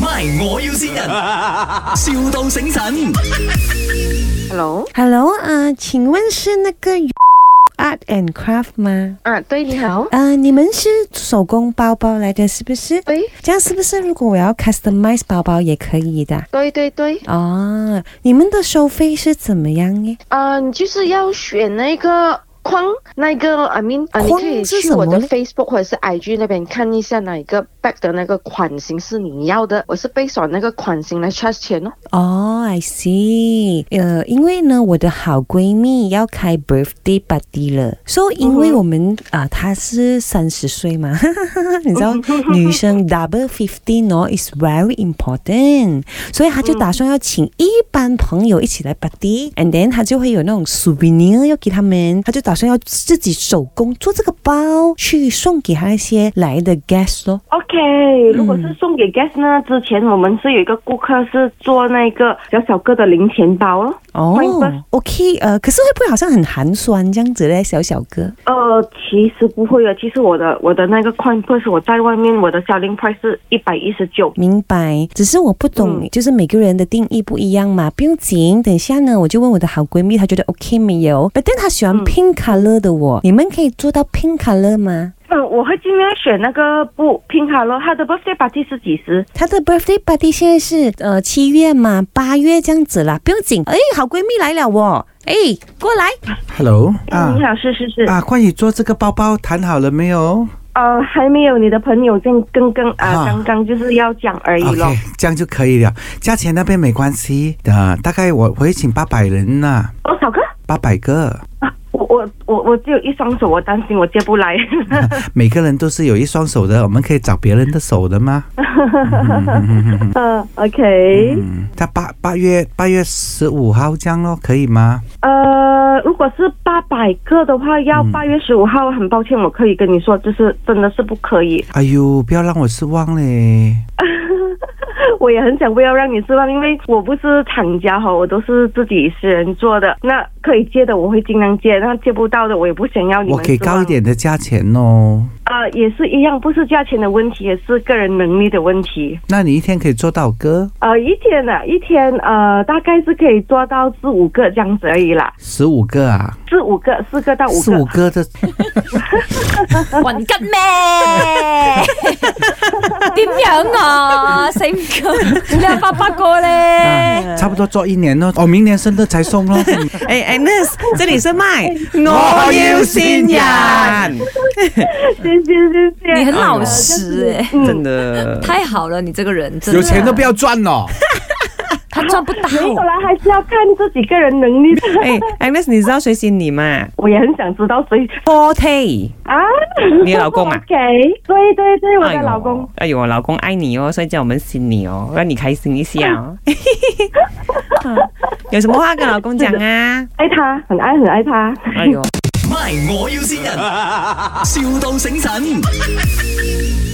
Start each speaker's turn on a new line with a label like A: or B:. A: MY，我要先人，, 笑到醒神。
B: Hello，
C: Hello 啊、请问是那个 Art and Craft 吗？
B: 啊，对，你好，
C: 呃，你们是手工包包来的，是不是？
B: 对，
C: 这样是不是？如果我要 customize 包包也可以的。
B: 对对对，
C: 哦，你们的收费是怎么样呢？
B: 嗯、就是要选那个框，那个 I mean，啊、你
C: 框
B: 可以
C: 是
B: 去
C: 什
B: 我的
C: 么嘞
B: Facebook 或者是 IG 那边看一下哪一个 bag 的那个款型是你要的，我是 based on 那个款型来 charge 钱哦。
C: 哦、i see。呃，因为呢，我的好闺蜜要开 birthday party 了，所、so, 以因为我们啊、她是三十岁嘛， 你知道女生 double fifteen 哦，is very important，所以她就打算要请一般朋友一起来 party，and then 她就会有那种 souvenir 要给他们，她就打算要自己手工做这个包去送给她那些来的 guest 咯。
D: OK，如果是送给 guest 呢，之前我们是有一个顾客是做那个小小个的零钱包咯。
C: 哦、
D: 欢迎吧
C: o k 呃，可是会不会好像很寒酸这样子嘞，小小哥？
D: 呃，其实不会的，其实我的我的那个 coin price 我在外面我的 selling price 是一百一十九。
C: 明白，只是我不懂，
E: 嗯
C: 就是每个人的定义不一样嘛，不用紧。等一下呢，我就问我的好闺蜜，她觉得 OK 没有？但她喜欢
E: 嗯
C: pink color 的我，你们可以做到 pink color 吗？
D: 嗯，我会尽量选那个布 pink color。它的 birthday party 是几时？
C: 她的 birthday party 现在是呃七月嘛，八月这样子啦，不用紧。哎，好闺蜜来了哦，哎，过来，
E: Hello
D: 嗯
E: 啊
D: 你好，是是是。
E: 啊，关于做这个包包谈好了没有
D: 呃，还没有你的朋友正刚刚啊，
E: 啊
D: 刚刚就是要讲而已咯。
E: ？OK，这样就可以了。价钱那边没关系的，大概我我会请八百人呐、
D: 多少个？
E: 八百个，
D: 哦我我我我只有一双手，我担心我接不来。
E: 每个人都是有一双手的，我们可以找别人的手的吗？
D: 嗯，OK。
E: 嗯，他八八月八月十五号这样咯，可以吗？
D: 呃，如果是八百个的话，要
E: 嗯
D: 八月十五号，很抱歉，我可以跟你说，就是真的是不可以。
E: 哎呦，不要让我失望嘞！
D: 我也很想不要让你失望，因为我不是厂家哈，我都是自己私人做的。那可以借的我会尽量借，那借不到的我也不想要你
E: 我
D: 们
E: 给
D: 失望
E: 高一。点的价钱哦。
D: 呃，也是一样，不是价钱的问题，也是个人能力的问题。
E: 那你一天可以做到个
D: 呃，一天呢、一天呃，大概是可以做到四五个这样子而已啦，
E: 十五个啊？
D: 四五个，四个到五
E: 四
D: 个
E: 五。个的，
F: 云吉咩？点样啊？死唔夠，你有八百個咧？
E: 啊、差不多做一年咯。哦，明年生日才送 咯。
C: 哎 a n n e s 这里是麦，
E: 我要先人。
D: 谢谢谢谢。呃
F: 你很老
C: 欸
F: 實哎、
C: 真的，
E: 嗯
F: 太好了，你这個人真的
E: 有钱都不要赚哦。
F: 他赚不到。
D: 没有啦，还是要看自己个人能力 的。
C: 哎 a n n e s 你知道谁选你吗
D: 我也很想知道谁
C: ？Forty，
D: 啊，？
C: 你的老公啊
D: ？OK，对对对，我
C: 哎
D: 的
C: 呦
D: 老公。。
C: 哎呦，我老公爱你哦，所以叫我们信你哦，让你开心一下哦。 嗯有什么话跟老公讲啊？
D: 爱他，很爱很爱他。
C: 哎呦。
A: MY，我要先人，,笑到醒神。